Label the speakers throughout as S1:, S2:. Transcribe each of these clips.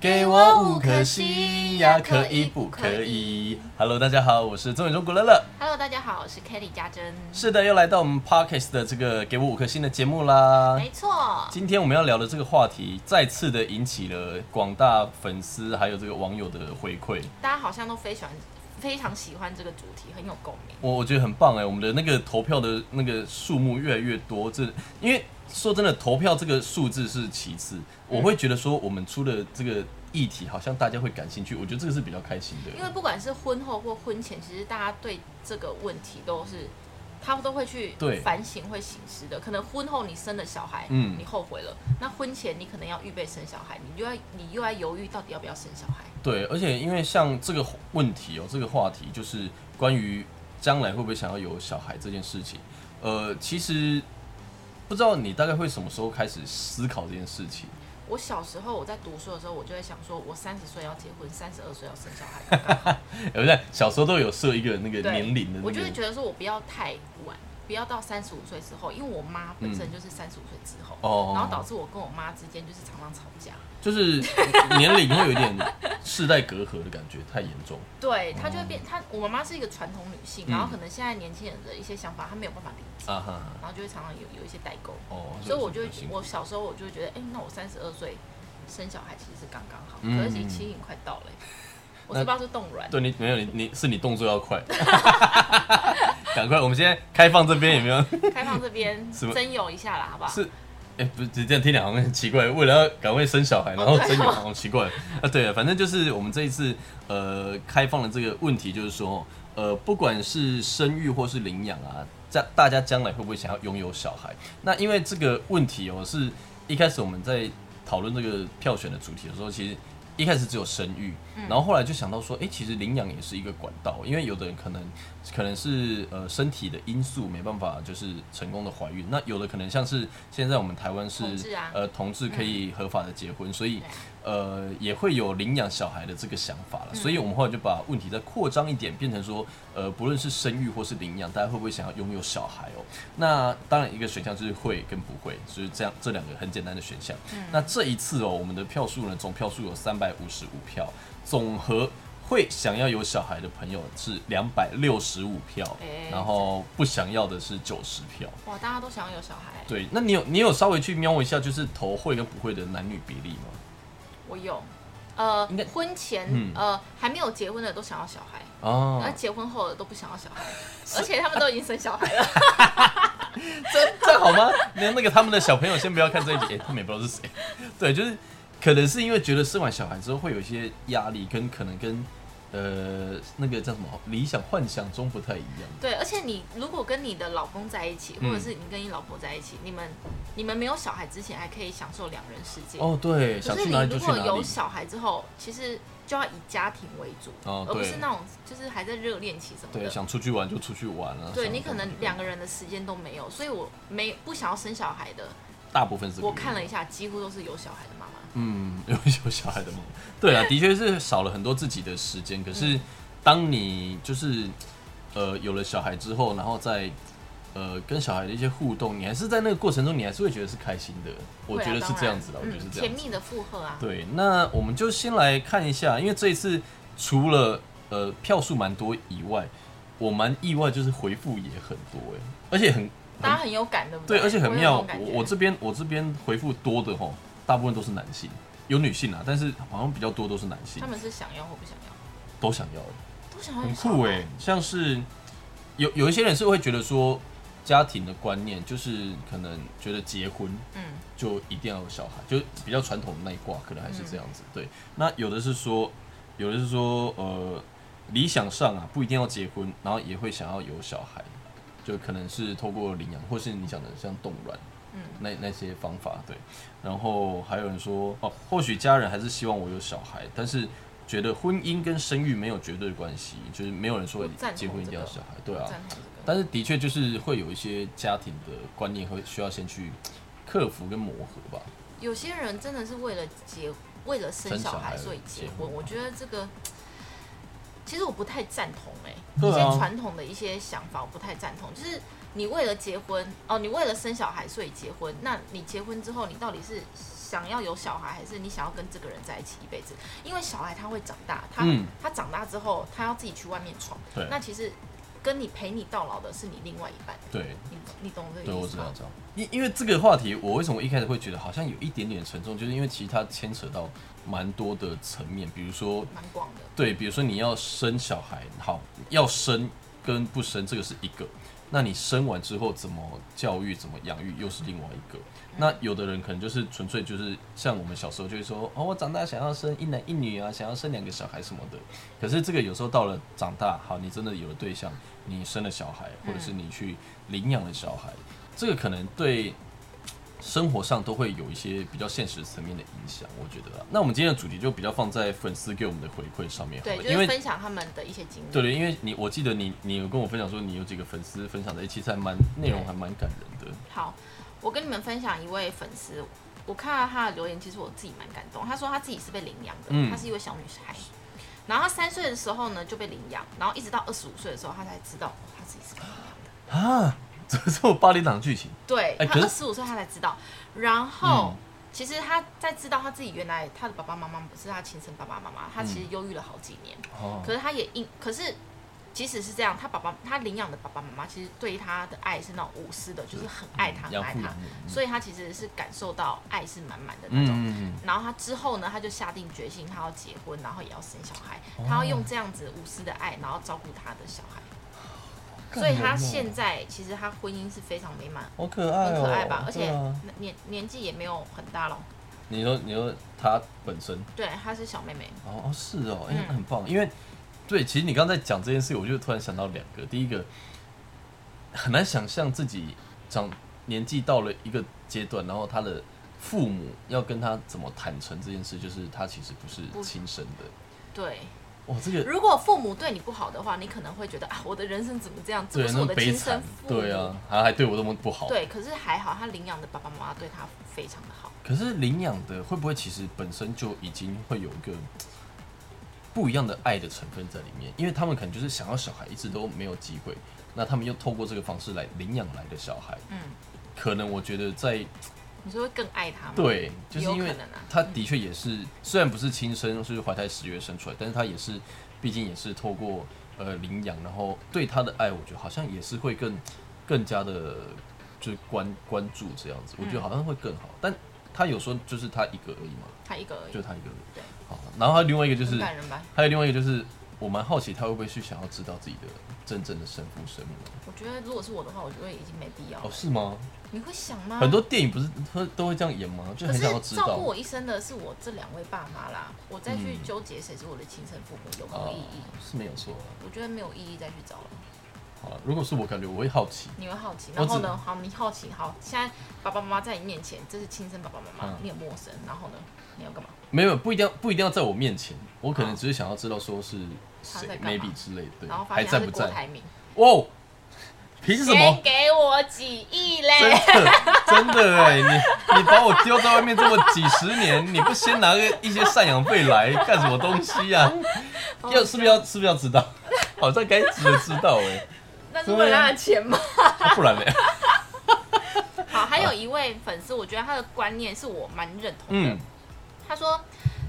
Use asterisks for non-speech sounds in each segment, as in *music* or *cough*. S1: 给我五颗星呀，可以不可以？Hello，大家好，我是中远中古乐乐。
S2: Hello，大家好，我是 Kelly 家珍。
S1: 是的，又来到我们 Parkes 的这个给我五颗星的节目啦。
S2: 没错，
S1: 今天我们要聊的这个话题，再次的引起了广大粉丝还有这个网友的回馈。
S2: 大家好像都非喜欢，非常喜欢这个主题，很有共鸣。
S1: 我我觉得很棒哎，我们的那个投票的那个数目越来越多，这因为说真的，投票这个数字是其次，我会觉得说我们出的这个议题好像大家会感兴趣，我觉得这个是比较开心
S2: 因为
S1: 的。
S2: 不管是婚后或婚前，其实大家对这个问题都是，他们都会去
S1: 对
S2: 反省、会醒思的。可能婚后你生了小孩，
S1: 嗯
S2: 你后悔了；那婚前你可能要预备生小孩，你就要你又要犹豫到底要不要生小孩。
S1: 对，而且因为像这个问题哦，这个话题就是关于将来会不会想要有小孩这件事情，呃，其实不知道你大概会什么时候开始思考这件事情。 *laughs*
S2: 我小时候我在读书的时候，我就会想说，我三十岁要结婚，三十二岁要生小孩。
S1: 呃，不对，小时候都有设一个那个
S2: 对
S1: 年龄的、那个，
S2: 我就会觉得说我不要太晚，不要到三十五岁之后，因为我妈本身就是三十五岁之后，
S1: 哦
S2: 然后导致我跟我妈之间就是常常吵架。
S1: 就是 *laughs* 年龄会有一点世代隔阂的感觉，太严重。
S2: 对，她就会变，她我妈妈是一个传统女性，
S1: 嗯
S2: 然后可能现在年轻人的一些想法她没有办法理解，
S1: 啊哈，
S2: 然后就会常常有有一些代沟。
S1: 哦，
S2: 所以我就
S1: 很辛苦
S2: 我小时候我就会觉得，哎、那我三十二岁生小孩其实是刚刚好，
S1: 嗯
S2: 可是其实已经快到了、欸我
S1: *laughs* 那
S2: 是不知道是冻卵，
S1: 对你没有你你是你动作要快， *laughs* 赶快！我们现在开放这边有没有？
S2: 开放这边
S1: *laughs* 什么
S2: 征友一下啦，好不好？
S1: 是，哎、不是这样听起来好像很奇怪。为了要赶快生小孩，然后真有好奇怪啊。对了，反正就是我们这一次呃开放的这个问题，就是说呃，不管是生育或是领养啊，家大家将来会不会想要拥有小孩？那因为这个问题哦，是一开始我们在讨论这个票选的主题的时候，其实。一开始只有生育，
S2: 嗯
S1: 然后后来就想到说，哎、其实领养也是一个管道，因为有的人可能可能是呃身体的因素没办法就是成功的怀孕，那有的可能像是现在我们台湾是
S2: 同志啊嗯
S1: 呃同志可以合法的结婚，所以
S2: 对啊
S1: 呃也会有领养小孩的这个想法了，所以我们后来就把问题再扩张一点，变成说呃不论是生育或是领养，大家会不会想要拥有小孩哦？那当然一个选项就是会跟不会，就是这样这两个很简单的选项。那这一次哦，我们的票数呢，总票数有三百五十五票，总和。会想要有小孩的朋友是两百六十五票，
S2: 哎
S1: 然后不想要的是九十票。
S2: 哇，大家都想要有小孩、
S1: 对，那你有你有稍微去瞄一下，就是投会跟不会的男女比例吗？
S2: 我有，呃
S1: 应该，
S2: 婚前、
S1: 嗯
S2: 呃还没有结婚的都想要小孩，
S1: 哦
S2: 而、，结婚后的都不想要小孩，而且他们都已经生小
S1: *laughs*
S2: 孩了。
S1: 这这样好吗？那那个他们的小朋友先不要看这一集，诶他们也不知道是谁。对，就是可能是因为觉得生完小孩之后会有一些压力，跟可能跟呃那个叫什么理想幻想中不太一样。
S2: 对，而且你如果跟你的老公在一起，
S1: 嗯
S2: 或者是你跟你老婆在一起，你们你们没有小孩之前还可以享受两人世界，
S1: 哦，对，
S2: 可
S1: 想
S2: 是
S1: 去
S2: 你
S1: 哪里就
S2: 如
S1: 去
S2: 果
S1: 哪
S2: 有
S1: 里。
S2: 小孩之后，其实就要以家庭为主，
S1: 哦
S2: 而不
S1: 对
S2: 是那种就是还在热恋期什么
S1: 对，
S2: 的。
S1: 想出去玩就出去玩啊。
S2: 对
S1: 想
S2: 你可能两个人的时间都没有，所以我没不想要生小孩的，
S1: 大部分是
S2: 我看
S1: 了，
S2: 了一下，几乎都是有小孩的妈妈。
S1: 嗯，有 *laughs* 有小孩的梦。对啊，的确是少了很多自己的时间。可
S2: 嗯
S1: 是当你就是呃有了小孩之后，然后再呃跟小孩的一些互动，你还是在那个过程中，你还是会觉得是开心的。我
S2: 会啊
S1: 觉得是
S2: 当
S1: 这样
S2: 然
S1: 子的，我觉得是
S2: 嗯
S1: 这
S2: 甜
S1: 样子。
S2: 蜜的负荷啊。
S1: 对，那我们就先来看一下，因为这一次除了呃票数蛮多以外，我蛮意外，就是回复也很多哎、而且很
S2: 大家很有感，对不
S1: 对，而且很妙。
S2: 我有那种感觉
S1: 我我这边我这边回复多的吼，大部分都是男性，有女性啊，但是好像比较多都是男性
S2: 他，们是想要或不想要，
S1: 都想要欸，
S2: 都想要
S1: 很
S2: 有小
S1: 酷
S2: 孩
S1: 哎、像是有有一些人是会觉得说，家庭的观念就是可能觉得结婚
S2: 嗯，
S1: 就一定要有小孩，就比较传统的那一挂，可能还是这样子。
S2: 嗯
S1: 对，那有的是说，有的是说，呃，理想上啊不一定要结婚，然后也会想要有小孩，就可能是透过领养，或是你讲的像冻卵，
S2: 嗯，
S1: 那那些方法对。然后还有人说，哦，或许家人还是希望我有小孩，但是觉得婚姻跟生育没有绝对关系，就是没有人说
S2: 我赞同
S1: 结婚一定要
S2: 这个
S1: 小孩，对啊，
S2: 赞同这个。
S1: 但是的确就是会有一些家庭的观念会需要先去克服跟磨合吧。
S2: 有些人真的是为了结，为了生
S1: 生小
S2: 小
S1: 孩
S2: 孩所以
S1: 结
S2: 结
S1: 婚
S2: 婚，我觉得这个。其实我不太赞同哎、
S1: 对
S2: 一
S1: 啊
S2: 些传统的一些想法我不太赞同，就是你为了结婚哦，你为了生小孩所以结婚，那你结婚之后你到底是想要有小孩，还是你想要跟这个人在一起一辈子？因为小孩他会长大，他、
S1: 嗯
S2: 他长大之后，他要自己去外面闯
S1: 对。
S2: 那其实跟你陪你到老的是你另外一半，
S1: 对，
S2: 你你懂这
S1: 对，
S2: 个意
S1: 我知
S2: 思
S1: 道，
S2: 吗
S1: 我？知道。因因为这个话题，我为什么一开始会觉得好像有一点点沉重，就是因为其实它牵扯到蛮多的层面，比如说，
S2: 蛮广的，
S1: 对，比如说你要生小孩，好，要生跟不生这个是一个，那你生完之后怎么教育、怎么养育又是另外一个。
S2: 嗯
S1: 那有的人可能就是纯粹就是像我们小时候就会说，哦，我长大想要生一男一女啊，想要生两个小孩什么的。可是这个有时候到了长大，好，你真的有了对象，你生了小孩，或者
S2: 嗯
S1: 是你去领养了小孩，这个可能对生活上都会有一些比较现实层面的影响，我觉得啦。那我们今天的主题就比较放在粉丝给我们的回馈上面好了，
S2: 对，就
S1: 因
S2: 是
S1: 为
S2: 分享他们的一些经历。
S1: 对对，因为你我记得你你有跟我分享说你有几个粉丝分享的，其实还蛮内容还蛮感人的。
S2: 好，我跟你们分享一位粉丝，我看到他的留言，其实我自己蛮感动。他说他自己是被领养的，
S1: 嗯
S2: 她是一位小女孩。然后她三岁的时候呢就被领养，然后一直到二十五岁的时候，她才知道哦她自己是被领养的。
S1: 啊， *laughs* 这是我巴黎党剧情。
S2: 对，
S1: 哎
S2: 她
S1: 可是嗯
S2: 二十五岁她才知道。然后、其实她在知道她自己原来她的爸爸妈妈不是她亲生爸爸妈妈，她其
S1: 嗯
S2: 实忧郁了好几年。
S1: 哦
S2: 可，是她也因，可是即使是这样，她爸爸她领养的爸爸妈妈其实对她的爱是那种无私的，就是很爱她，很
S1: 养
S2: 爱
S1: 父
S2: 她
S1: 养。母，嗯
S2: 所以他其实是感受到爱是满满的那种。
S1: 嗯嗯
S2: 然后他之后呢，他就下定决心，他要结婚，然后也要生小孩
S1: 哦，
S2: 他要用这样子无私的爱，然后照顾他的小孩。
S1: 嗯，
S2: 所以他
S1: 感人哦
S2: 现在其实他婚姻是非常美满，
S1: 好可爱
S2: 很
S1: 哦，
S2: 可爱吧？而且
S1: 对啊
S2: 年年纪也没有很大了，
S1: 你说你说他本身
S2: 对，她是小妹妹。
S1: 哦哦是哦，哎、
S2: 嗯
S1: 很棒，因为对，其实你刚才讲这件事，我就突然想到两个，第一个很难想象自己长年纪到了一个阶段，然后他的父母要跟他怎么坦诚这件事，就是他其实不是
S2: 不
S1: 亲生的，
S2: 对，
S1: 哇，这 *laughs* 个
S2: 如果父母对你不好的话，你可能会觉得啊，我的人生怎么这样？这
S1: 对
S2: 不是
S1: 那
S2: 我
S1: 么
S2: 的
S1: 悲
S2: 亲生
S1: 惨，
S2: 父母。
S1: 对啊，还还对我这么不好，
S2: 对可是还好，他领养的爸爸妈妈对他非常的好。
S1: 可是领养的会不会其实本身就已经会有一个不一样的爱的成分在里面？因为他们可能就是想要小孩一直都没有机会，那他们又透过这个方式来领养来的小孩，
S2: 嗯，
S1: 可能我觉得在
S2: 你说会更爱他吗？
S1: 对，就是因
S2: 有
S1: 为
S2: 可能啊
S1: 他的确也是，虽然不是亲生，是怀胎十月生出来，但是他也是，毕竟也是透过呃领养，然后对他的爱，我觉得好像也是会更更加的，就是关关注这样
S2: 嗯
S1: 子，我觉得好像会更好。但他有说就是他一个而已嘛，
S2: 他一个而已
S1: 就。他一个人。
S2: 对，
S1: 好，然后还有另外一个就是
S2: 很，感人吧？
S1: 还有另外一个就是，我蛮好奇他会不会去想要知道自己的真正的生父生母。
S2: 我觉得如果是我的话，我觉得已经没必要了。
S1: 哦，是吗？
S2: 你会想吗？
S1: 很多电影不是都都会这样演吗？就
S2: 可
S1: 很
S2: 是
S1: 想要知
S2: 照
S1: 道
S2: 顾。我一生的是我这两位爸妈啦，我再去纠结谁是我的亲生父母有没有
S1: 哦
S2: 意义？，
S1: 是没有错啊。
S2: 我觉得没有意义再去找了。
S1: 好了，啊如果是我，感觉我会好奇。
S2: 你会好奇，
S1: 我
S2: 然
S1: 只
S2: 后呢？好，你好奇，好，现在爸爸妈妈在你面前，这是亲生爸爸妈妈
S1: 嗯，
S2: 你很陌生，然后呢？你要干嘛？
S1: 没有，不一定要不一定要在我面前，我可能只是想要知道说是谁
S2: 啊他在干嘛
S1: ，maybe 之类的，对
S2: 然后发
S1: 还
S2: 现他
S1: 在
S2: 是
S1: 不
S2: 郭
S1: 在？
S2: 台铭，
S1: 哇哦，凭什么
S2: 先？给我几亿
S1: 真
S2: 嘞！
S1: 的真的哎、你你把我丢在外面这么几十年，你不先拿个一些赡养费来干什么东
S2: *laughs*
S1: 西呀、要是不是
S2: 哦
S1: 要是不是要知道？好像该值得知道哎、
S2: 那是为了他的钱吗？
S1: 啊不然嘞，啊
S2: 好， *laughs* 还有一位粉丝，我觉得他的观念是我蛮认同的
S1: 嗯。
S2: 他说，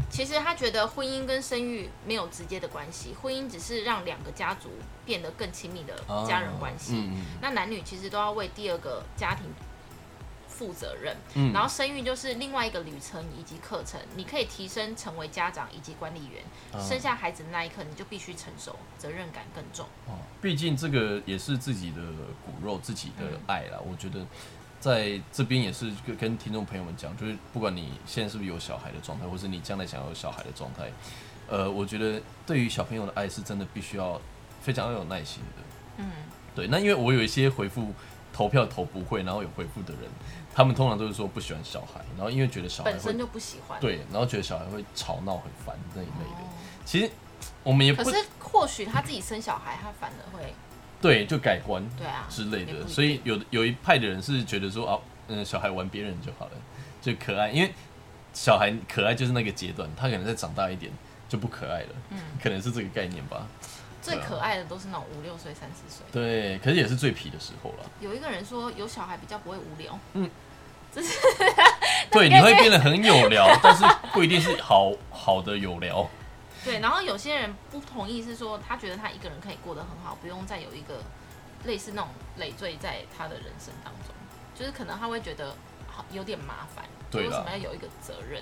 S2: 其实他觉得婚姻跟生育没有直接的关系，婚姻只是让两个家族变得更亲密的
S1: 啊
S2: 家人关系。
S1: 嗯
S2: 那男女其实都要为第二个家庭负责任，
S1: 嗯
S2: 然后生育就是另外一个旅程以及课程，你可以提升成为家长以及管理员。
S1: 嗯
S2: 生下孩子的那一刻，你就必须成熟，责任感更重。
S1: 哦毕竟这个也是自己的骨肉，自己的
S2: 嗯
S1: 爱啦。我觉得在这边也是跟跟听众朋友们讲，就是不管你现在是不是有小孩的状态，或是你将来想要有小孩的状态，呃，我觉得对于小朋友的爱是真的必须要非常要有耐心的。
S2: 嗯，
S1: 对，那因为我有一些回复投票投不会，然后有回复的人，他们通常都是说不喜欢小孩，然后因为觉得小孩
S2: 本
S1: 会
S2: 身就不喜欢。
S1: 对，然后觉得小孩会吵闹很烦那一类的。
S2: 哦。
S1: 其实我们也不
S2: 可是或许他自己生小孩，他反而会
S1: 对就改观，
S2: 对啊
S1: 之类
S2: 也不一
S1: 的，
S2: 定
S1: 所以有的有一派的人是觉得说啊，嗯，小孩玩别人就好了，就可爱，因为小孩可爱就是那个阶段，他可能再长大一点就不可爱了，
S2: 嗯
S1: 可能是这个概念吧。
S2: 最
S1: 啊
S2: 可爱的都是那种五六岁、三四岁。
S1: 对，可是也是最皮的时候了。
S2: 有一个人说有小孩比较不会无聊，
S1: 嗯，对，你会变得很有
S2: *laughs*
S1: 聊，但是不一定是好好的有聊。
S2: 对，然后有些人不同意是说，他觉得他一个人可以过得很好，不用再有一个类似那种累赘在他的人生当中，就是可能他会觉得好有点麻烦，
S1: 对啦
S2: 为什么要有一个责任？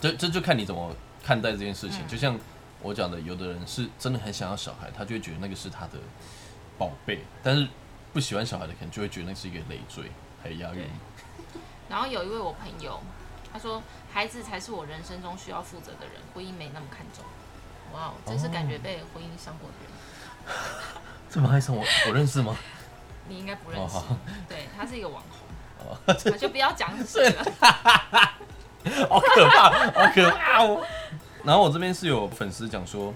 S1: 这这就看你怎么看待这件事情。
S2: 嗯
S1: 就像我讲的，有的人是真的很想要小孩，他就会觉得那个是他的宝贝；但是不喜欢小孩的，可能就会觉得那是一个累赘，还押韵
S2: 对。然后有一位我朋友，他说孩子才是我人生中需要负责的人，婚姻没那么看重。哇哦，真是感觉被婚姻伤过的人，
S1: 这么爱上我，我认识吗？ *laughs*
S2: 你应该不认识。
S1: 哦好
S2: *laughs* 对他是一个网红，我就不要讲是谁
S1: *laughs*
S2: 了。
S1: 好可怕，好可怕哦！然后我这边是有粉丝讲说，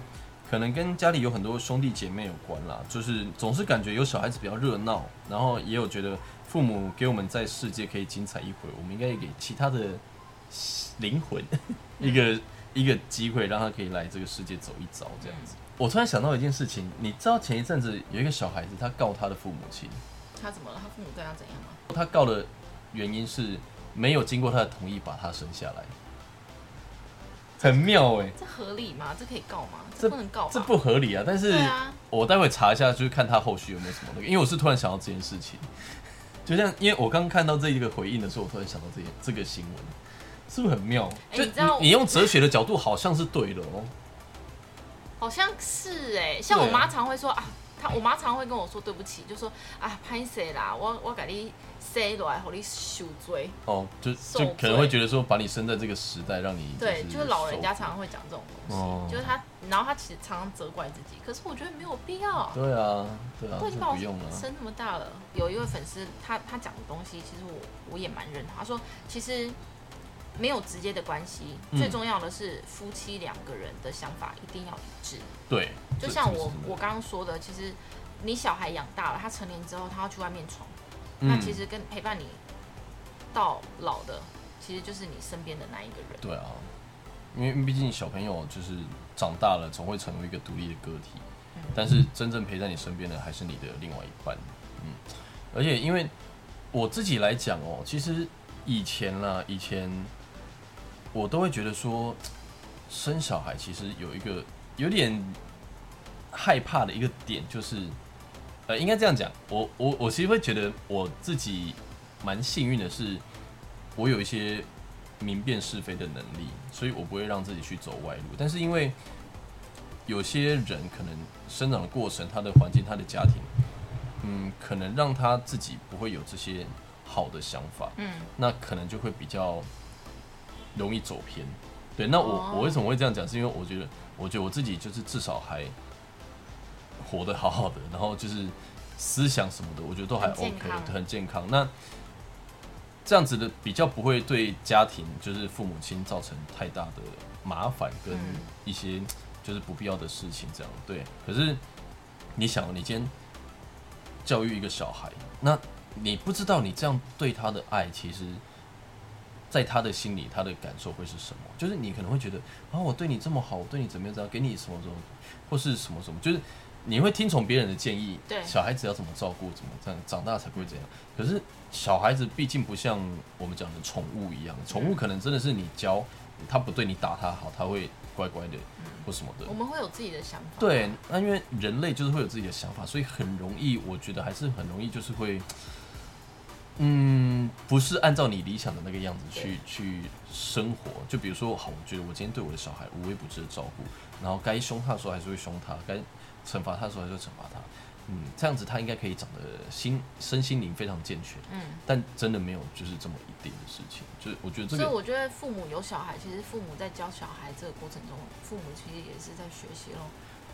S1: 可能跟家里有很多兄弟姐妹有关啦，就是总是感觉有小孩子比较热闹，然后也有觉得父母给我们在世界可以精彩一回，我们应该也给其他的灵魂 *laughs* 一个一个机会，让他可以来这个世界走一遭这样子。我突然想到一件事情，你知道前一阵子有一个小孩子，他告他的父母亲，
S2: 他怎么了？他父母对他怎样啊吗？
S1: 他告的原因是没有经过他的同意把他生下来，很妙哎、
S2: 这合理吗？这可以告吗？
S1: 这
S2: 这不能告吧？
S1: 这不合理啊！但是
S2: 对啊
S1: 我待会查一下，就是看他后续有没有什么那个，因为我是突然想到这件事情，就像因为我刚看到这一个回应的时候，我突然想到这件这个新闻，是不是很妙？
S2: 哎
S1: 就
S2: 你知道
S1: 你用哲学的角度好像是对的哦，
S2: 好像是哎、像
S1: 对
S2: 我
S1: 啊
S2: 妈常会说啊，她我妈常会跟我说对不起，就说啊拍谁啦，我我给你塞落来，给你受罪。
S1: 哦，就
S2: 受罪
S1: 就可能会觉得说把你生在这个时代，让你
S2: 对，
S1: 就
S2: 就是是老人家
S1: 受
S2: 常常会讲这种东西，
S1: 哦
S2: 就是她，然后她其实常常责怪自己，可是我觉得没有必要。
S1: 对啊，对啊，
S2: 都已
S1: 这
S2: 经把我
S1: 不用了。
S2: 生那么大了，有一位粉丝他他讲的东西，其实我我也蛮认同。他说其实没有直接的关系，
S1: 嗯
S2: 最重要的是夫妻两个人的想法一定要一致。
S1: 对，
S2: 就
S1: 这
S2: 像
S1: 这个
S2: 我
S1: 是真的
S2: 我刚刚说的，其实你小孩养大了，他成年之后他要去外面闯，
S1: 嗯
S2: 那其实跟陪伴你到老的，其实就是你身边的那一个人。
S1: 对啊，因为毕竟小朋友就是长大了，总会成为一个独立的个体，但是真正陪在你身边的还是你的另外一半。嗯，而且因为我自己来讲哦，其实以前啦，以前我都会觉得说，生小孩其实有一个有点害怕的一个点，就是呃，应该这样讲，我我我其实会觉得我自己蛮幸运的是，我有一些明辨是非的能力，所以我不会让自己去走歪路。但是因为有些人可能生长的过程、他的环境、他的家庭，嗯，可能让他自己不会有这些好的想法，
S2: 嗯，
S1: 那可能就会比较容易走偏。对，那我、
S2: 哦
S1: 我为什么会这样讲？是因为我觉得，我觉得我自己就是至少还活得好好的，然后就是思想什么的，我觉得都还
S2: 很
S1: OK，
S2: 健康
S1: 很健康。那这样子的比较不会对家庭，就是父母亲造成太大的麻烦跟
S2: 嗯
S1: 一些就是不必要的事情，这样对。可是你想，你今天教育一个小孩，那你不知道你这样对他的爱，其实，在他的心里，他的感受会是什么？就是你可能会觉得啊，我对你这么好，我对你怎么样怎么样，给你什么什么，或是什么什么，就是你会听从别人的建议。
S2: 对
S1: 小孩子要怎么照顾，怎么这样，长大才不会这样。可是小孩子毕竟不像我们讲的宠物一样，宠物可能真的是你教他不对你打他好，他会乖乖的或什么的
S2: 我。们会有自己的想法。
S1: 对，那因为人类就是会有自己的想法，所以很容易，我觉得还是很容易，就是会，嗯，不是按照你理想的那个样子去去生活。就比如说，好，我觉得我今天对我的小孩无微不至的照顾，然后该凶他的时候还是会凶他，该惩罚他的时候还是会惩罚他。嗯，这样子他应该可以长得心身心灵非常健全，
S2: 嗯，
S1: 但真的没有就是这么一定的事情。就是我觉得这
S2: 所以
S1: 个
S2: 我觉得父母有小孩，其实父母在教小孩这个过程中，父母其实也是在学习咯。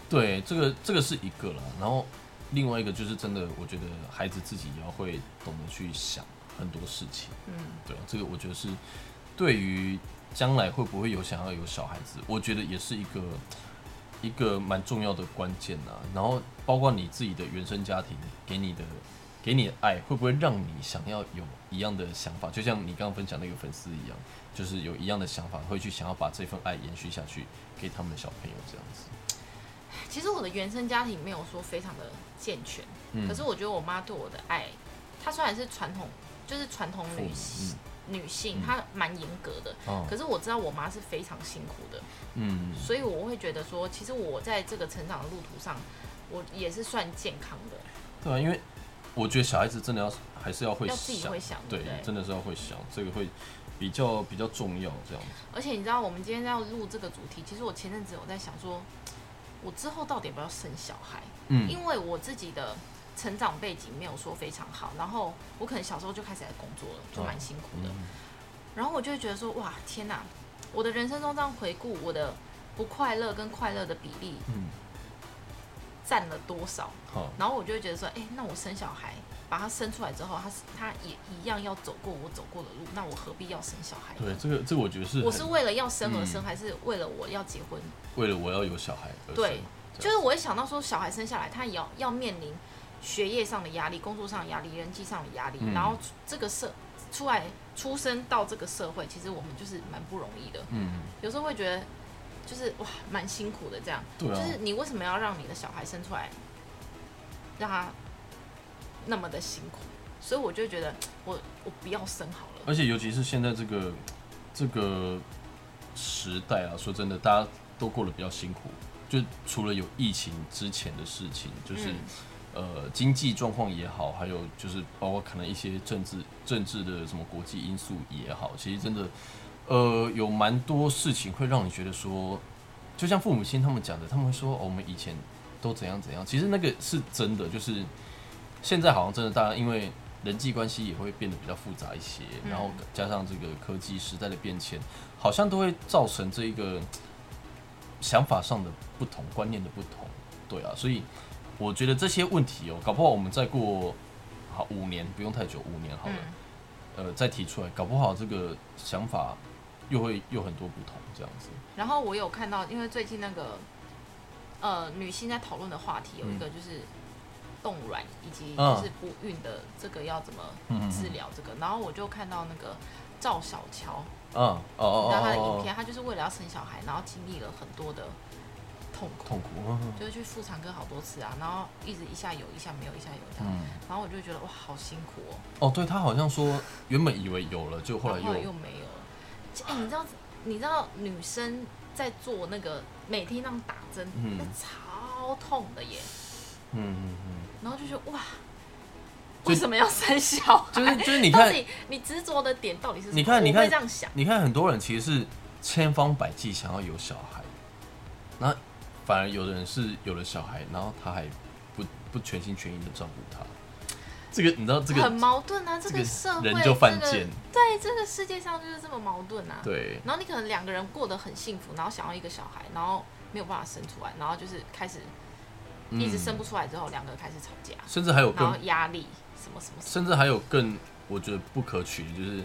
S1: 对，这个这个是一个啦，然后另外一个就是真的，我觉得孩子自己也要会懂得去想很多事情。
S2: 嗯，
S1: 对啊，这个我觉得是对于将来会不会有想要有小孩子，我觉得也是一个一个蛮重要的关键呐、然后包括你自己的原生家庭给你的给你的爱，会不会让你想要有一样的想法？就像你刚刚分享那个粉丝一样，就是有一样的想法，会去想要把这份爱延续下去给他们的小朋友这样子。
S2: 其实我的原生家庭没有说非常的健全，
S1: 嗯
S2: 可是我觉得我妈对我的爱，她虽然是传统，就是传统
S1: 父母
S2: 女
S1: 嗯
S2: 女性，
S1: 嗯
S2: 她蛮严格的。
S1: 哦
S2: 可是我知道我妈是非常辛苦的，
S1: 嗯，
S2: 所以我会觉得说，其实我在这个成长的路途上，我也是算健康的。
S1: 对啊，因为我觉得小孩子真的要还是要会
S2: 要自己
S1: 想，
S2: 会想
S1: 对
S2: 对不对，
S1: 真的是要会想，这个会比较比较重要这样子。
S2: 而且你知道，我们今天要录这个主题，其实我前阵子有在想说，我之后到底要不要生小孩？
S1: 嗯
S2: 因为我自己的成长背景没有说非常好，然后我可能小时候就开始在工作了，就蛮辛苦的。
S1: 嗯
S2: 然后我就会觉得说，哇，天哪！我的人生中这样回顾，我的不快乐跟快乐的比例
S1: 嗯，
S2: 占了多少？
S1: 好，
S2: 然后我就会觉得说，哎、那我生小孩，把他生出来之后，他他也一样要走过我走过的路，那我何必要生小孩？
S1: 对，这个这个我觉得是
S2: 我
S1: 很
S2: 是为了要生而生，
S1: 嗯
S2: 还是为了我要结婚？
S1: 为了我要有小孩而
S2: 对
S1: 生，这
S2: 就
S1: 样
S2: 是我会想到说，小孩生下来，他也要要面临学业上的压力、工作上的压力、人际上的压力，
S1: 嗯
S2: 然后这个社出来出生到这个社会，其实我们就是蛮不容易的。
S1: 嗯，
S2: 有时候会觉得，就是哇，蛮辛苦的这样。
S1: 对啊
S2: 就是你为什么要让你的小孩生出来，让他那么的辛苦？所以我就觉得，我我不要生好了。
S1: 而且尤其是现在这个这个时代啊，说真的，大家都过得比较辛苦。就除了有疫情之前的事情，就是、
S2: 嗯
S1: 呃经济状况也好，还有就是包括可能一些政治政治的什么国际因素也好，其实真的呃有蛮多事情会让你觉得说，就像父母亲他们讲的，他们会说、哦、我们以前都怎样怎样，其实那个是真的，就是现在好像真的大家因为。人际关系也会变得比较复杂一些，
S2: 嗯
S1: 然后加上这个科技时代的变迁，好像都会造成这一个嗯想法上的不同、观念的不同，对啊，所以我觉得这些问题哦，搞不好我们再过好五年，不用太久，五年好了，
S2: 嗯，
S1: 呃，再提出来，搞不好这个想法又会又很多不同这样子。
S2: 然后我有看到，因为最近那个呃女性在讨论的话题有一个就是冻卵以及
S1: 嗯
S2: 就是不孕的这个要怎么
S1: 嗯
S2: 治疗这个，然后我就看到那个赵小乔，
S1: 啊，哦
S2: 你
S1: 哦
S2: 知道她的影
S1: 哦
S2: 片，
S1: 哦，
S2: 她就是为了要生小孩，然后经历了很多的痛苦，
S1: 痛苦，嗯
S2: 就是去妇产科好多次啊，然后一直一下有，一下没有，一下有这样，
S1: 嗯，
S2: 然后我就觉得哇，好辛苦哦，
S1: 哦，对他好像说原本以为有了，就后来
S2: 然后后来
S1: 又
S2: 又没有了。哎、你知道你知道女生在做那个每天那样打针，
S1: 嗯
S2: 那超痛的耶，
S1: 嗯嗯嗯，
S2: 然后就觉得哇，
S1: 就
S2: 为什么要生小孩？
S1: 就是就是你
S2: 哎 *laughs* 到
S1: 看
S2: 底你执着的点到底是什么？
S1: 你看你看
S2: 我会这样想，
S1: 你看很多人其实是千方百计想要有小孩，然后反而有的人是有了小孩，然后他还不不全心全意的照顾他，这个你知道这
S2: 很
S1: 个
S2: 矛盾啊，这
S1: 这个
S2: 社会
S1: 人就犯贱
S2: 这个对，这个世界上就是这么矛盾啊。
S1: 对
S2: 然后你可能两个人过得很幸福，然后想要一个小孩，然后没有办法生出来，然后就是开始
S1: 嗯
S2: 一直生不出来之后，两个人开始吵架，
S1: 甚至还有
S2: 然后
S1: 更，
S2: 压力什么什么什么，
S1: 甚至还有更，我觉得不可取的就是，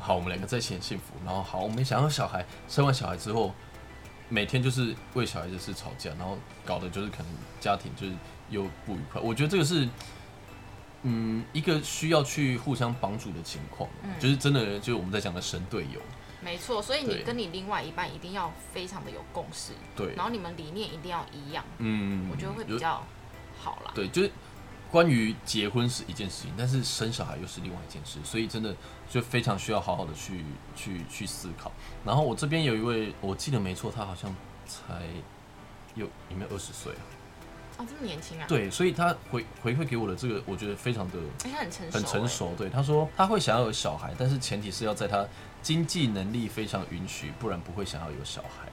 S1: 好，我们两个在一起很幸福，然后好，我们想要小孩，生完小孩之后，每天就是为小孩子事吵架，然后搞的就是可能家庭就是又不愉快。我觉得这个是，嗯，一个需要去互相帮助的情况，
S2: 嗯
S1: 就是真的就是我们在讲的神队友，
S2: 没错。所以你
S1: 对
S2: 跟你另外一半一定要非常的有共识，
S1: 对
S2: 然，后你们理念一定要一样，
S1: 嗯，
S2: 我觉得会比
S1: 有
S2: 较好啦。
S1: 对，就是关于结婚是一件事情，但是生小孩又是另外一件事，所以真的就非常需要好好的去去去思考。然后我这边有一位，我记得没错，他好像才有有没有二十岁啊？
S2: 哦，这么年轻啊！，
S1: 对，所以他回回馈给我的这个，我觉得非常的
S2: 而且哎很成熟、
S1: 很成。熟。对，他说他会想要有小孩，但是前提是要在他经济能力非常允许，不然不会想要有小孩。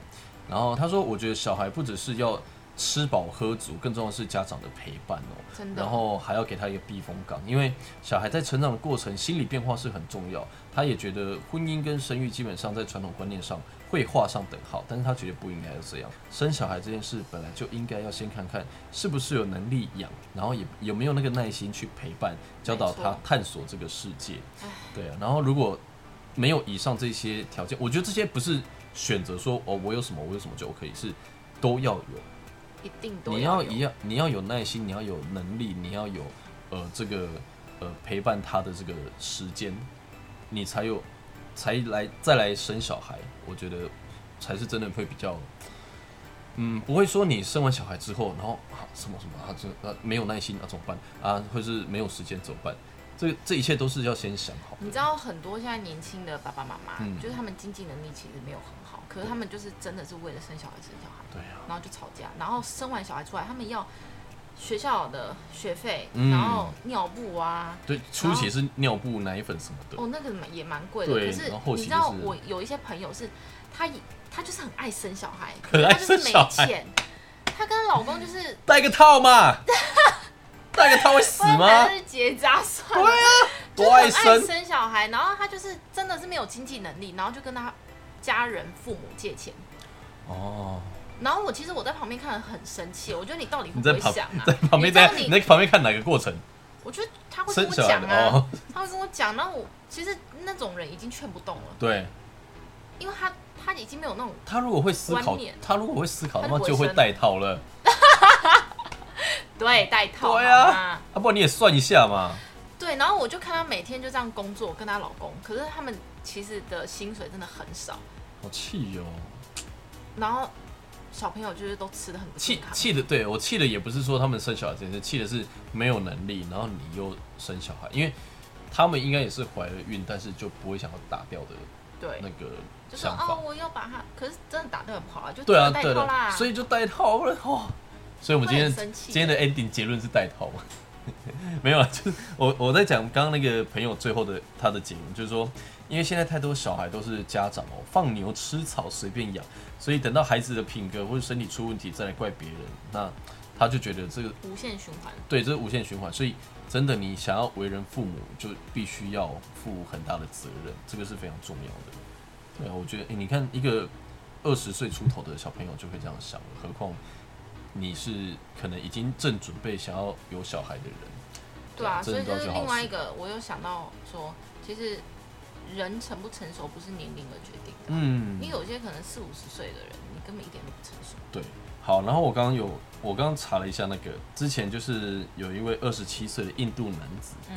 S1: 然后他说，我觉得小孩不只是要吃饱喝足，更重要的是家长的陪伴哦。
S2: 哎真的。
S1: 然后还要给他一个避风港，因为小孩在成长的过程，心理变化是很重要。他也觉得婚姻跟生育基本上在传统观念上会画上等号，但是他觉得不应该是这样。生小孩这件事本来就应该要先看看是不是有能力养，然后也有没有那个耐心去陪伴，教导
S2: 没
S1: 他
S2: 错
S1: 探索这个世界
S2: 唉。
S1: 对啊，然后如果没有以上这些条件，我觉得这些不是选择说哦我有什么我有什么就可以，是都要有。
S2: 一定都
S1: 你要
S2: 有
S1: 一样，你要有耐心，你要有能力，你要有呃这个呃陪伴他的这个时间，你才有才来再来生小孩，我觉得才是真的会比较，嗯，不会说你生完小孩之后，然后啊什么什么啊这啊没有耐心啊怎么办啊，或是没有时间怎么办？这这一切都是要先想好的。
S2: 你知道很多现在年轻的爸爸妈妈，
S1: 嗯
S2: 就是他们经济能力其实没有很好，可是他们就是真的是为了生小孩生小孩，
S1: 对啊，
S2: 然后就吵架，然后生完小孩出来，他们要学校的学费，
S1: 嗯
S2: 然后尿布啊，
S1: 对，初期是尿布、奶粉什么的，
S2: 哦，那个蛮也蛮贵的。
S1: 对
S2: 可是
S1: 然后后
S2: 你
S1: 期
S2: 知道
S1: 就，是
S2: 我有一些朋友是，他也他就是很爱生小孩，
S1: 很爱
S2: 他就是
S1: 生
S2: 没
S1: 小孩
S2: 钱。他跟老公就是，
S1: 戴个套嘛， *laughs* 戴个套会死
S2: 不然
S1: 吗
S2: 反？正是结扎算
S1: 对
S2: 了。
S1: 啊，
S2: 就是
S1: 多
S2: 很
S1: 爱
S2: 爱
S1: 生，
S2: 生小孩，然后他就是真的是没有经济能力，然后就跟他家人父母借钱。
S1: 哦，
S2: 然后我其实我在旁边看了很生气，我觉得你到底会不
S1: 你在
S2: 会
S1: 旁
S2: 想啊？
S1: *laughs* 在旁边
S2: 你知道
S1: 在你
S2: 你
S1: 在旁边看哪个过程？
S2: 我觉得他会跟
S1: 生
S2: 我
S1: 小孩
S2: 讲
S1: 的
S2: 啊，
S1: 哦，
S2: 他会跟我讲，然后我其实那种人已经劝不动了，
S1: 对
S2: 因为他他已经没有那种
S1: 他如果会思考
S2: 观念，
S1: 他如果会思考的
S2: 他
S1: 话
S2: 就不会
S1: 就会
S2: 生啊
S1: 戴套了。
S2: 对带套
S1: 对啊
S2: 好吗
S1: 啊，不然你也算一下嘛。
S2: 对，然后我就看她每天就这样工作，跟她老公，可是他们其实的薪水真的很少，
S1: 好气哦哟、
S2: 然后小朋友就是都吃的很不健
S1: 气
S2: 康，
S1: 气的，对我气的也不是说他们生小孩这件事，气的是没有能力，然后你又生小孩，因为他们应该也是怀了孕，但是就不会想要打掉的
S2: 对
S1: 那，个
S2: 就说
S1: 想法。
S2: 哦，我要把他，可是真的打得很不好啊，就
S1: 对啊，
S2: 带
S1: 对
S2: 套啦，
S1: 了，所以就戴套了哦。所以我们今
S2: 会
S1: 天
S2: 很生气
S1: 今天的 ending 结论是戴套 *laughs* 嘛？没有啊，就是我我在讲刚刚那个朋友最后的他的结论，就是说，因为现在太多小孩都是家长哦放牛吃草随便养，所以等到孩子的品格或者身体出问题再来怪别人，那他就觉得这个
S2: 无限循环。
S1: 对这是无限循环。所以真的，你想要为人父母，就必须要负很大的责任，这个是非常重要的。对啊，我觉得，诶你看一个二十岁出头的小朋友就会这样想，何况你是可能已经正准备想要有小孩的人。
S2: 对啊，所
S1: 真的
S2: 以就
S1: 都
S2: 是
S1: 是好
S2: 另外
S1: 事
S2: 一个，我有想到说，其实人成不成熟不是年龄而决定的。
S1: 嗯
S2: 你有些可能四五十岁的人，你根本一点都不成熟。
S1: 对，好，然后我刚刚有，我刚刚查了一下那个，之前就是有一位二十七岁的印度男子，
S2: 嗯，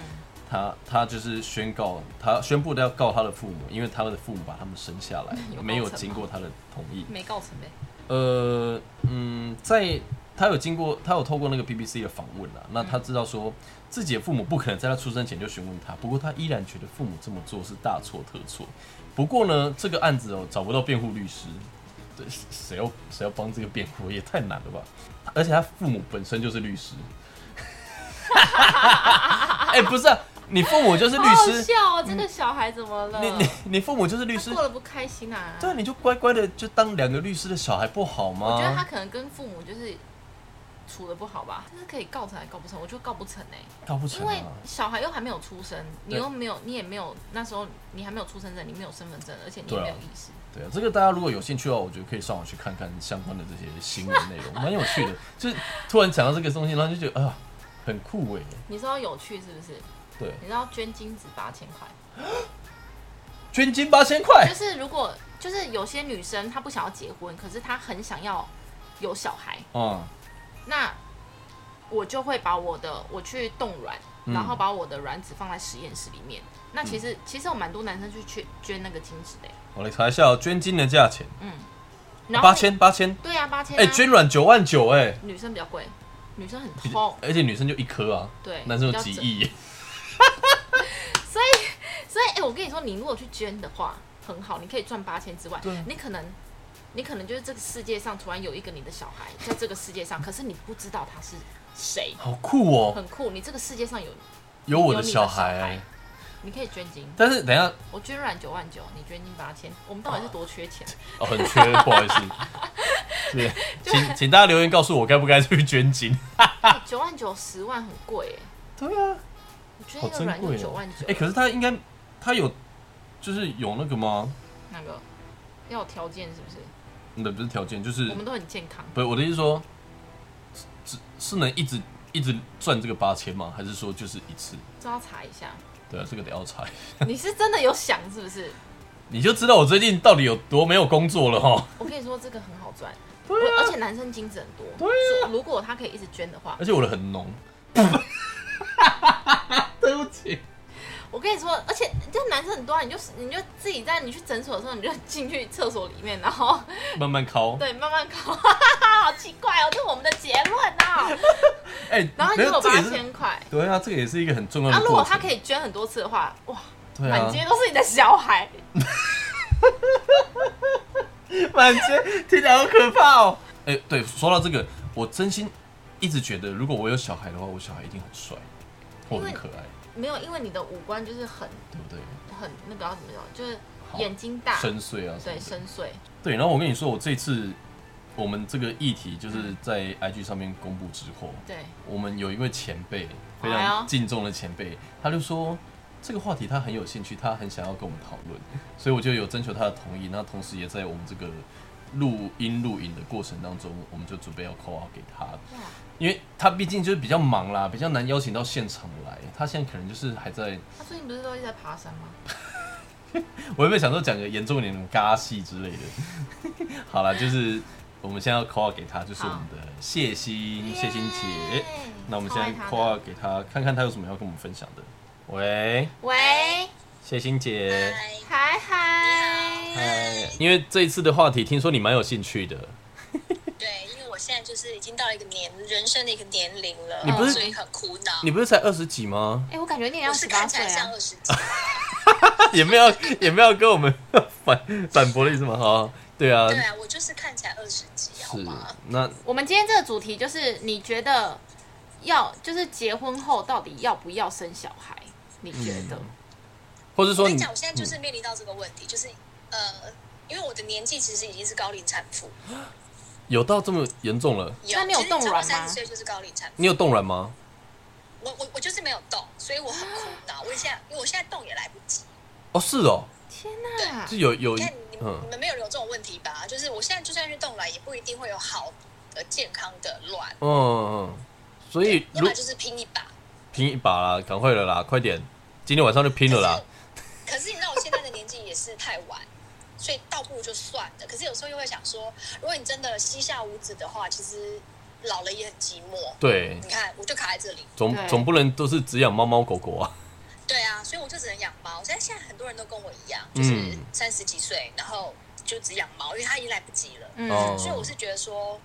S1: 他他就是宣告，他宣布要告他的父母，因为他的父母把他们生下来
S2: *laughs* 有，
S1: 没有
S2: 告成
S1: 经
S2: 吗
S1: 过他的同意。
S2: 没告成呗。
S1: 呃，嗯，在他有经过，他有透过那个 BBC 的访问啦，那他知道说自己的父母不可能在他出生前就询问他，不过他依然觉得父母这么做是大错特错。不过呢，这个案子哦找不到辩护律师，对，谁要谁要帮这个辩护也太难了吧？而且他父母本身就是律师，哎、不是啊，你父母就是律
S2: 好好
S1: 师，嗯
S2: 笑哦，这个小孩怎么了？ *laughs*
S1: 你你你父母就是律
S2: 他
S1: 师
S2: 过，得不开心啊。
S1: 对啊，你就乖乖的就当两个律师的小孩不好吗？
S2: 我觉得他可能跟父母就是处的不好吧，就是可以告成还告不成，我就告不成哎、
S1: 搞不成
S2: 因
S1: 啊
S2: 为小孩又还没有出生，你
S1: 对
S2: 又没有，你也没有那时候你还没有出生证，你没有身份证，而且你
S1: 对
S2: 也
S1: 啊
S2: 没有意识。
S1: 对啊，这个大家如果有兴趣的话，我觉得可以上网去看看相关的这些新闻内容，蛮有趣的。 *laughs* 就是突然讲到这个东西，然后就觉得啊，很酷哎。
S2: 你知道有趣是不是？
S1: 对，
S2: 你知道捐精子八千块，
S1: 捐金八千块
S2: 就，是如果就是有些女生她不想要结婚，可是她很想要有小孩，
S1: 嗯，
S2: 那我就会把我的我去冻卵，
S1: 嗯
S2: 然后把我的卵子放在实验室里面。那其实、其实有蛮多男生去捐捐那个精子的欸，
S1: 我来查一下哦，捐金的价钱
S2: 然后
S1: 八千八千，
S2: 对啊，八千、啊。
S1: 哎，捐卵九万九哎，
S2: 女生比较贵，女生很痛，
S1: 而且女生就一颗啊，
S2: 哦对，
S1: 男生
S2: 比
S1: 有
S2: 较
S1: 几
S2: 整。
S1: 亿耶，
S2: 所以，哎、我跟你说，你如果去捐的话，很好，你可以赚八千之外
S1: 对啊，
S2: 你可能，你可能就是这个世界上突然有一个你的小孩在这个世界上，可是你不知道他是谁，
S1: 好酷哦，
S2: 很酷。你这个世界上有，
S1: 有我的
S2: 有你的
S1: 小
S2: 小孩
S1: 孩。
S2: 你可以捐精，
S1: 但是等一下
S2: 我捐卵九万九，你捐精八千，我们到底是多缺钱？
S1: 哦，很缺，不好意思。
S2: *laughs*
S1: 对，请请大家留言告诉我该不该去捐精。
S2: 哎九、万九十万很贵哎，
S1: 对啊，
S2: 我捐
S1: 好
S2: 一个
S1: 珍
S2: 卵
S1: 贵
S2: 就九
S1: 哦！
S2: 万九
S1: 哎、，可是他应该他有就是有那个吗？
S2: 那个要有条件是不是？
S1: 那不是条件，就是
S2: 我们都很健康，
S1: 不是我的意思说，是是能一直一直赚这个八千吗？还是说就是一次？
S2: 这要查一下。
S1: 对啊，这个得要查一下， *laughs*
S2: 你是真的有想是不是？
S1: 你就知道我最近到底有多没有工作了哈。
S2: 我跟你说，这个很好赚，
S1: 对啊
S2: 我而且男生精子很多，对、如果他可以一直捐的话
S1: 而，且我的很浓。 *laughs* 对不起，
S2: 我跟你说，而且这男生很多、啊，你就你就自己在你去诊所的时候，你就进去厕所里面，然后 *laughs*
S1: 慢慢敲。
S2: 对慢慢搞，好 *laughs* 好奇怪哦，这是我们的结论哦。
S1: *laughs* 哎、
S2: 然后
S1: 没
S2: 你
S1: 有
S2: 有
S1: 这个
S2: 八
S1: 也是
S2: 千块，
S1: 对啊，这个也是一个很重要
S2: 啊
S1: 的，
S2: 如果
S1: 过
S2: 他
S1: 程。
S2: 可以捐很多次的话，哇，
S1: 对
S2: 满
S1: 啊，
S2: 街都是你的小孩。
S1: *laughs* 满街听起来好可怕哦。哎、对，说到这个，我真心一直觉得，如果我有小孩的话，我小孩一定很帅，或
S2: 因为
S1: 很可爱，
S2: 没有，因为你的五官就是很
S1: 对不对？
S2: 很那个要怎么讲，就是
S1: 好
S2: 眼睛大，
S1: 深邃啊，
S2: 对，深邃。
S1: 对，然后我跟你说，我这次我们这个议题就是在 IG 上面公布之后，
S2: 对，
S1: 我们有一位前辈，非
S2: 哎
S1: 常
S2: 呀
S1: 敬重的前辈，他就说这个话题他很有兴趣，他很想要跟我们讨论，所以我就有征求他的同意。那同时也在我们这个录音录影的过程当中，我们就准备要 call out 给他，
S2: 哇，
S1: 因为他毕竟就是比较忙啦，比较难邀请到现场来。他现在可能就是还在，
S2: 他最近不是都一直在爬山吗？
S1: 我有没有想说讲个严重一点的尬戏之类的？ *laughs* 好啦，就是我们现在要 call out 给他，就是我们的谢欣谢欣姐。那我们现在
S2: 夸
S1: call out 给他，看看他有什么要跟我们分享的。喂，
S2: 喂，
S1: 谢欣姐，
S2: 嗨嗨，
S1: 嗨，因为这一次的话题，听说你蛮有兴趣的，
S3: 对，因为我现在就是已经到了一个年人生的一个年龄了，
S1: 你不是
S3: 所以很苦恼。
S1: 你不是才二十几
S3: *laughs*
S1: 吗？
S2: 哎，我感觉你也要
S3: 我是
S2: 十八
S3: 看起
S2: 岁
S3: 来像
S2: 啊。
S3: 二十几，
S1: 也没有，也没有跟我们反反驳的意思吗？好，对啊，
S3: 对啊，我就是看起来二十几，好
S1: 是
S3: 吗？，
S1: 那
S2: 我们今天这个主题就是，你觉得要就是结婚后到底要不要生小孩？你觉得？
S1: 或是
S3: 我
S1: 说
S3: 跟
S1: 你嗯
S3: 你讲，我现在就是面临到这个问题，就是呃，因为我的年纪其实已经是高龄产妇，
S1: 有到这么严重了？
S2: 那你有动软吗
S3: 三十岁就是高龄产妇，
S1: 你有冻卵吗？
S3: 我我我就是没有动，所以我很苦恼。我现在因为我现在动也来不及。
S1: 哦，是哦，
S2: 天哪！
S1: 是有有
S3: 你看你们、
S1: 嗯
S3: 你们没有有这种问题吧？就是我现在就算去动卵，也不一定会有好的健康的卵，
S1: 嗯嗯，所以
S3: 要
S1: 如
S3: 么就是拼一把。
S1: 拼一把啦，赶快了啦，快点，今天晚上就拼了啦。
S3: 可是你知道我现在的年纪也是太晚，所以倒不如就算了。可是有时候又会想说，如果你真的膝下无子的话，其实老了也很寂寞。
S1: 对，
S3: 你看，我就卡在这里。
S1: 总
S2: 对
S1: 总不能都是只养猫猫狗狗啊。
S3: 对啊，所以我就只能养猫。现在现在很多人都跟我一样，就是
S1: 嗯
S3: 三十几岁，然后就只养猫，因为它已经来不及了。
S1: 哦
S2: 嗯，
S3: 所以我是觉得说，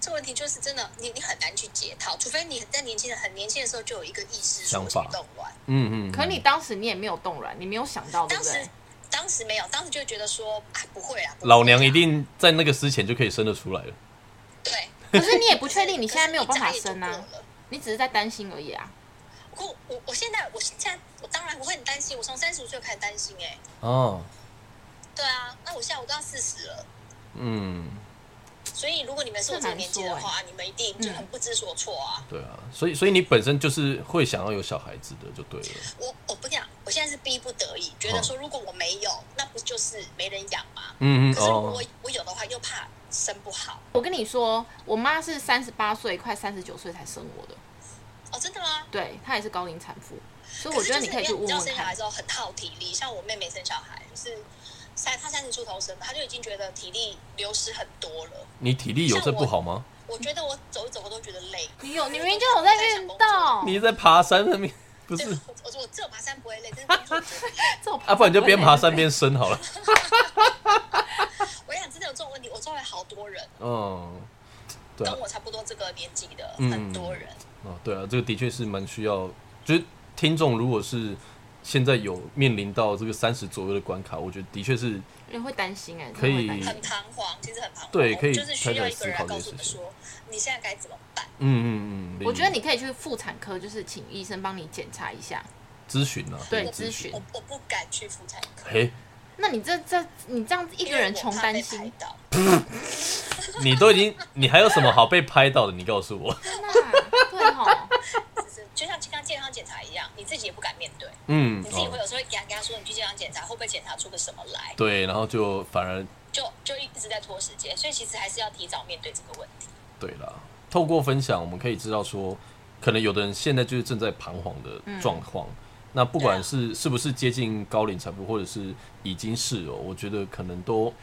S3: 这问题就是真的，你你很难去解套，除非你在年轻的很年轻的时候就有一个意识说
S1: 想
S3: 我
S1: 法
S3: 去动卵。
S1: 嗯嗯，
S2: 可你当时你也没有动卵，你没有想到，对
S3: 当
S2: 不
S3: 时
S2: 对？
S3: 当时没有，当时就觉得说啊不会啦，不会啦
S1: 老娘一定在那个之前就可以生得出来了。
S3: 对。
S2: 可是你也不确定，你现在没有办法
S3: 可是一眨
S2: 生
S3: 眼
S2: 啊
S3: 就，过了
S2: 你只是在担心而已啊。
S3: 可我我我现在我现在我当然我会很担心，我从三十五岁开始担心哎、
S1: 哦，
S3: 对啊，那我现在我都要四十了，
S1: 嗯，
S3: 所以如果你们是我这个年纪的话，你们一定就很不知所措啊。
S1: 对啊，所以所以你本身就是会想要有小孩子的，就对了。
S3: 我我不讲，我现在是逼不得已，觉得说如果我没有，那不就是没人养吗？
S1: 嗯嗯
S3: 可是如果
S1: 哦
S3: 我，我有的话，又怕生不好
S2: 我跟你说，我妈是三十八岁，快三十九岁才生我的，
S3: 哦，真的吗？
S2: 对她也是高龄产妇，所以我
S3: 可是
S2: 觉
S3: 就
S2: 得
S3: 是
S2: 你可以去问
S3: 你知道
S2: 问
S3: 生小孩
S2: 看。
S3: 之后很耗体力，像我妹妹生小孩就是三，她三十出头生的，她就已经觉得体力流失很多了。
S1: 你体力有这不好吗？
S3: 我觉得我走一走我都觉得累。
S1: *laughs*
S2: 你有，你明明就有在运动，
S1: 你在爬山上面不
S3: 对，
S1: 是？
S3: 我我我只有爬山不会累，但是工作觉得累。
S2: 这我
S1: 啊，不然你就边爬山边生好了。
S3: 我想真的有这种问题，我周围好多人
S1: 嗯，对啊
S3: 跟，我差不多这个年纪的，
S1: 嗯
S3: 很多人。
S1: 哦，对啊，这个的确是蛮需要，就是听众如果是现在有面临到这个三十左右的关卡，我觉得的确是
S2: 你会担心哎，
S1: 可以
S2: 真的会担心
S3: 很彷徨，其实很彷徨。
S1: 嗯对可以
S3: 就是需要一个人来告诉我
S1: 开
S3: 们
S1: 始思
S3: 说，你现在该怎么办？
S1: 嗯嗯嗯，
S2: 我觉得你可以去妇产科，就是请医生帮你检查一下。
S1: 咨询啊，
S2: 对
S1: 可以
S2: 咨询
S3: 我我不敢去妇产科，
S1: 嘿，
S2: 那你这这你这样子一
S3: 因
S2: 个
S3: 为
S2: 人
S3: 我
S2: 穷
S3: 怕
S2: 担
S3: 被
S2: 心
S3: *laughs* 拍，到
S1: 你都已经，你还有什么好被拍到的？你告诉我。
S2: 真的啊对吼，
S3: 就是就像健康健康检查一样，你自己也不敢面对，
S1: 嗯
S3: 你，自己会
S1: 哦，
S3: 有时候跟他跟他说你去健康检查，会不会检查出个什么来？
S1: 对，然后就反而
S3: 就就一直在拖时间，所以其实还是要提早面对这个问题。
S1: 对啦。透过分享，我们可以知道说，可能有的人现在就是正在彷徨
S2: 嗯
S1: 的状况。那不
S2: 啊
S1: 管是是不是接近高龄产妇，或者是已经是哦，我觉得可能都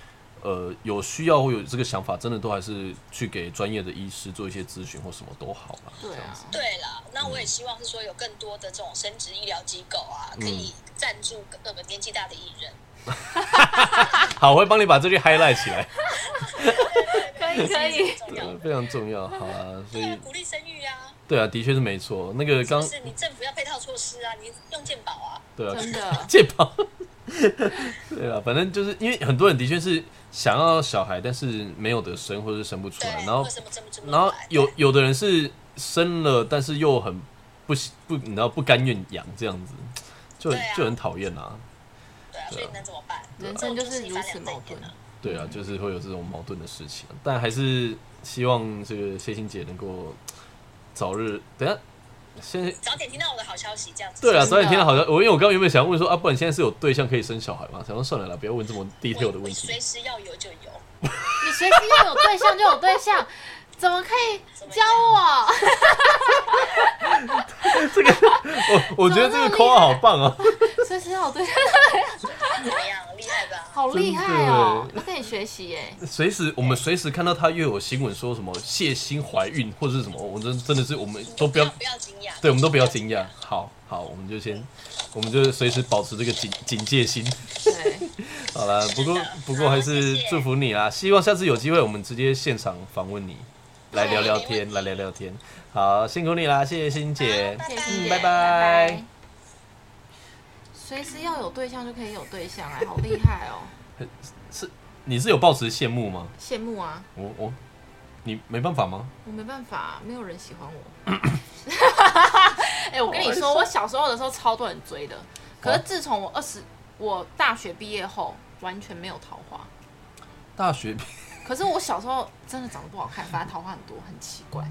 S1: 呃有需要或有这个想法，真的都还是去给专业的医师做一些咨询或什么都好啦。
S2: 对
S1: 这样
S2: 啊
S1: 子，
S3: 对了，那我也希望是说有更多的这种生殖医疗机构啊，
S1: 嗯
S3: 可以赞助那个年纪大的艺人。
S2: *laughs*
S1: 好，我会帮你把这句 highlight 起来。
S2: 可
S3: 以
S2: 可以
S3: 重要
S1: 呃
S3: 的。
S1: 非常重要，好啊，所
S3: 对
S1: 以
S2: *laughs*
S3: 啊，鼓励生育啊，
S1: 对啊，的确是没错。那个刚
S3: 就是你政府要配套措施啊，你用健保啊，
S1: 对啊，
S2: 真的，
S1: 健保。 *laughs* 对啊，反正就是因为很多人的确是想要小孩，但是没有得生或者是生不出
S3: 对，
S1: 来，啊然后
S3: 为什么这么这么
S1: 然后
S3: 晚
S1: 有有的人是生了，但是又很不喜不，你知道不甘愿养这样子，就很、
S3: 对啊
S1: 就很讨厌啊。
S3: 对啊，所以能怎么办？
S2: 人生就是
S3: 一
S2: 如
S3: 翻
S2: 此
S3: 两
S2: 矛
S3: 瞪眼
S2: 盾。
S3: 啊。
S1: 对啊，就是会有这种矛盾的事情，啊但还是希望这个谢欣姐能够早日等一下。现在
S3: 早点听到我的好消息，这样子。
S1: 对
S2: 真
S1: 啊，
S2: 的
S1: 早点听到好像我因为我刚刚原本想问说啊，不然现在是有对象可以生小孩吗？想说算了啦，不要问这么
S3: 我
S1: detail 的问
S3: 我
S1: 题
S3: 随。时要有就有，
S2: 你随时要有对象就有对象，怎么可以教我？
S1: *laughs* 我我觉得这个扣号好棒哦、
S2: 随时要有对象，
S3: 怎么样？厉害吧？
S2: 好厉害哦！要跟你学习耶。
S1: 随时我们随时看到她又有新闻说什么谢欣怀孕或是什么，我真真的是我们都不要
S3: 不要惊讶，
S1: 对，我们都不要惊讶。好好，我们就先，我们就随时保持这个警警戒心。
S2: 对，
S1: 好啦，不过不过还是祝福你啦，希望下次有机会我们直接现场访问你，来聊聊天，来聊聊天。好，辛苦你啦，谢谢欣姐。
S3: 好拜拜
S2: 谢谢
S1: 嗯
S2: 你，
S1: 拜拜。
S2: 随时要有对象就可以有对象，哎，好厉害哦！
S1: 你是有抱持羡慕吗？
S2: 羡慕啊，
S1: 我我，你没办法吗？
S2: 我没办法，没有人喜欢我。哎、我跟你说，我小时候的时候超多人追的，可是自从我二十，我大学毕业后完全没有桃花。
S1: 大学
S2: 可是我小时候真的长得不好看，反正桃花很多，很奇怪。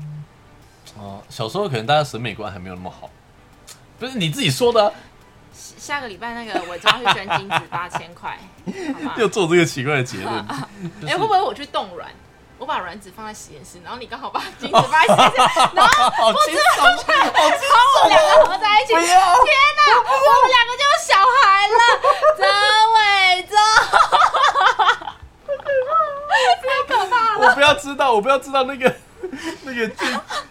S1: 哦，小时候可能大家审美观还没有那么好，不是你自己说的啊、
S2: 下下个礼拜那个伪装去捐精子八千块，好吗？
S1: 又做这个奇怪的结论。 *laughs*
S2: 哎、会不会我去冻卵？我把卵子放在实验室，然后你刚好把精子放在实验 *laughs* 室，然后
S1: 好轻松，好轻
S2: 我们
S1: 松
S2: 两
S1: 哦！
S2: 个合在一起，
S1: 不
S2: 天
S1: 要
S2: 哪，我们两个就有小孩 *laughs* 了，真伪装，太可怕了！
S1: 我不要知道，我不要知道那个那个去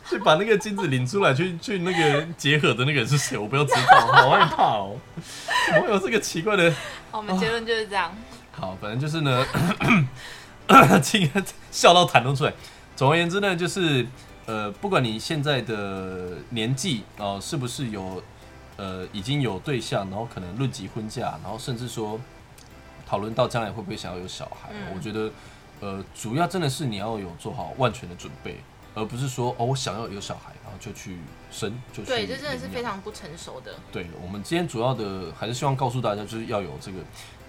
S1: 去把那个金子领出来，去去那个结合的那个人是谁，我不要知道，好害怕哦！ *laughs* 怎么会有这个奇怪的？
S2: 好我们结论就是这样，
S1: 好，反正就是呢， *coughs* 竟然笑到痰都出来。总而言之呢，就是呃，不管你现在的呃年纪哦、是不是有呃已经有对象，然后可能论及婚嫁，然后甚至说讨论到将来会不会想要有小孩，
S2: 嗯
S1: 我觉得呃，主要真的是你要有做好万全的准备，而不是说哦，我想要有小孩，然后就去生，就去
S2: 对，这真的是
S1: 领养
S2: 非常不成熟的，
S1: 对，我们今天主要的还是希望告诉大家，就是要有这个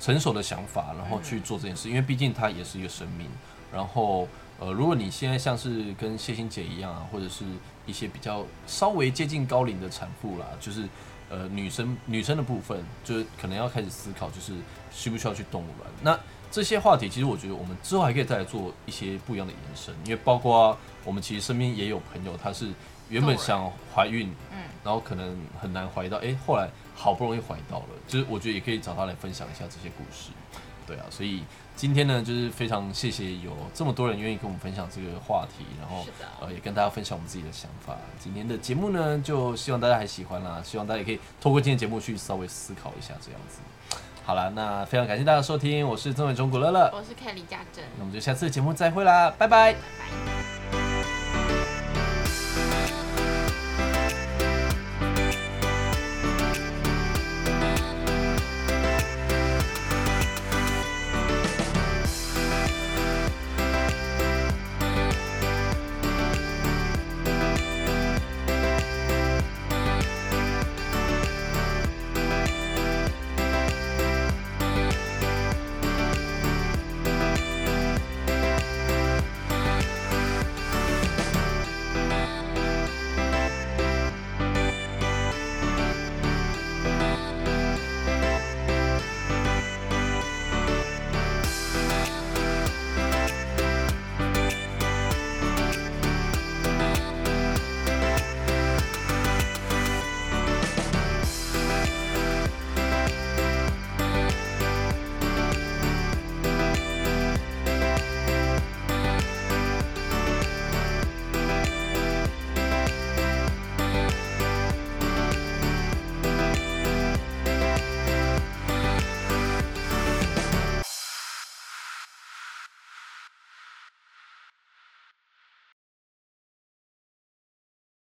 S1: 成熟的想法，然后去做这件事，因为毕竟它也是一个生命。然后，呃，如果你现在像是跟谢欣姐一样啊，或者是一些比较稍微接近高龄的产妇啦，就是呃女生女生的部分，就是可能要开始思考，就是需不需要去动卵。那这些话题，其实我觉得我们之后还可以再来做一些不一样的延伸，因为包括我们其实身边也有朋友，他是原本
S2: 动卵
S1: 想怀孕，
S2: 嗯，
S1: 然后可能很难怀到，哎、后来好不容易怀到了，就是我觉得也可以找他来分享一下这些故事，对啊，所以今天呢，就是非常谢谢有这么多人愿意跟我们分享这个话题，然后
S2: 是的
S1: 呃也跟大家分享我们自己的想法。今天的节目呢，就希望大家还喜欢啦，希望大家也可以透过今天的节目去稍微思考一下这样子。好啦，那非常感谢大家的收听，我是曾伟忠古乐乐，
S2: 我是 Kelly 家珍，
S1: 那我们就下次节目再会啦，拜拜。
S2: 拜拜。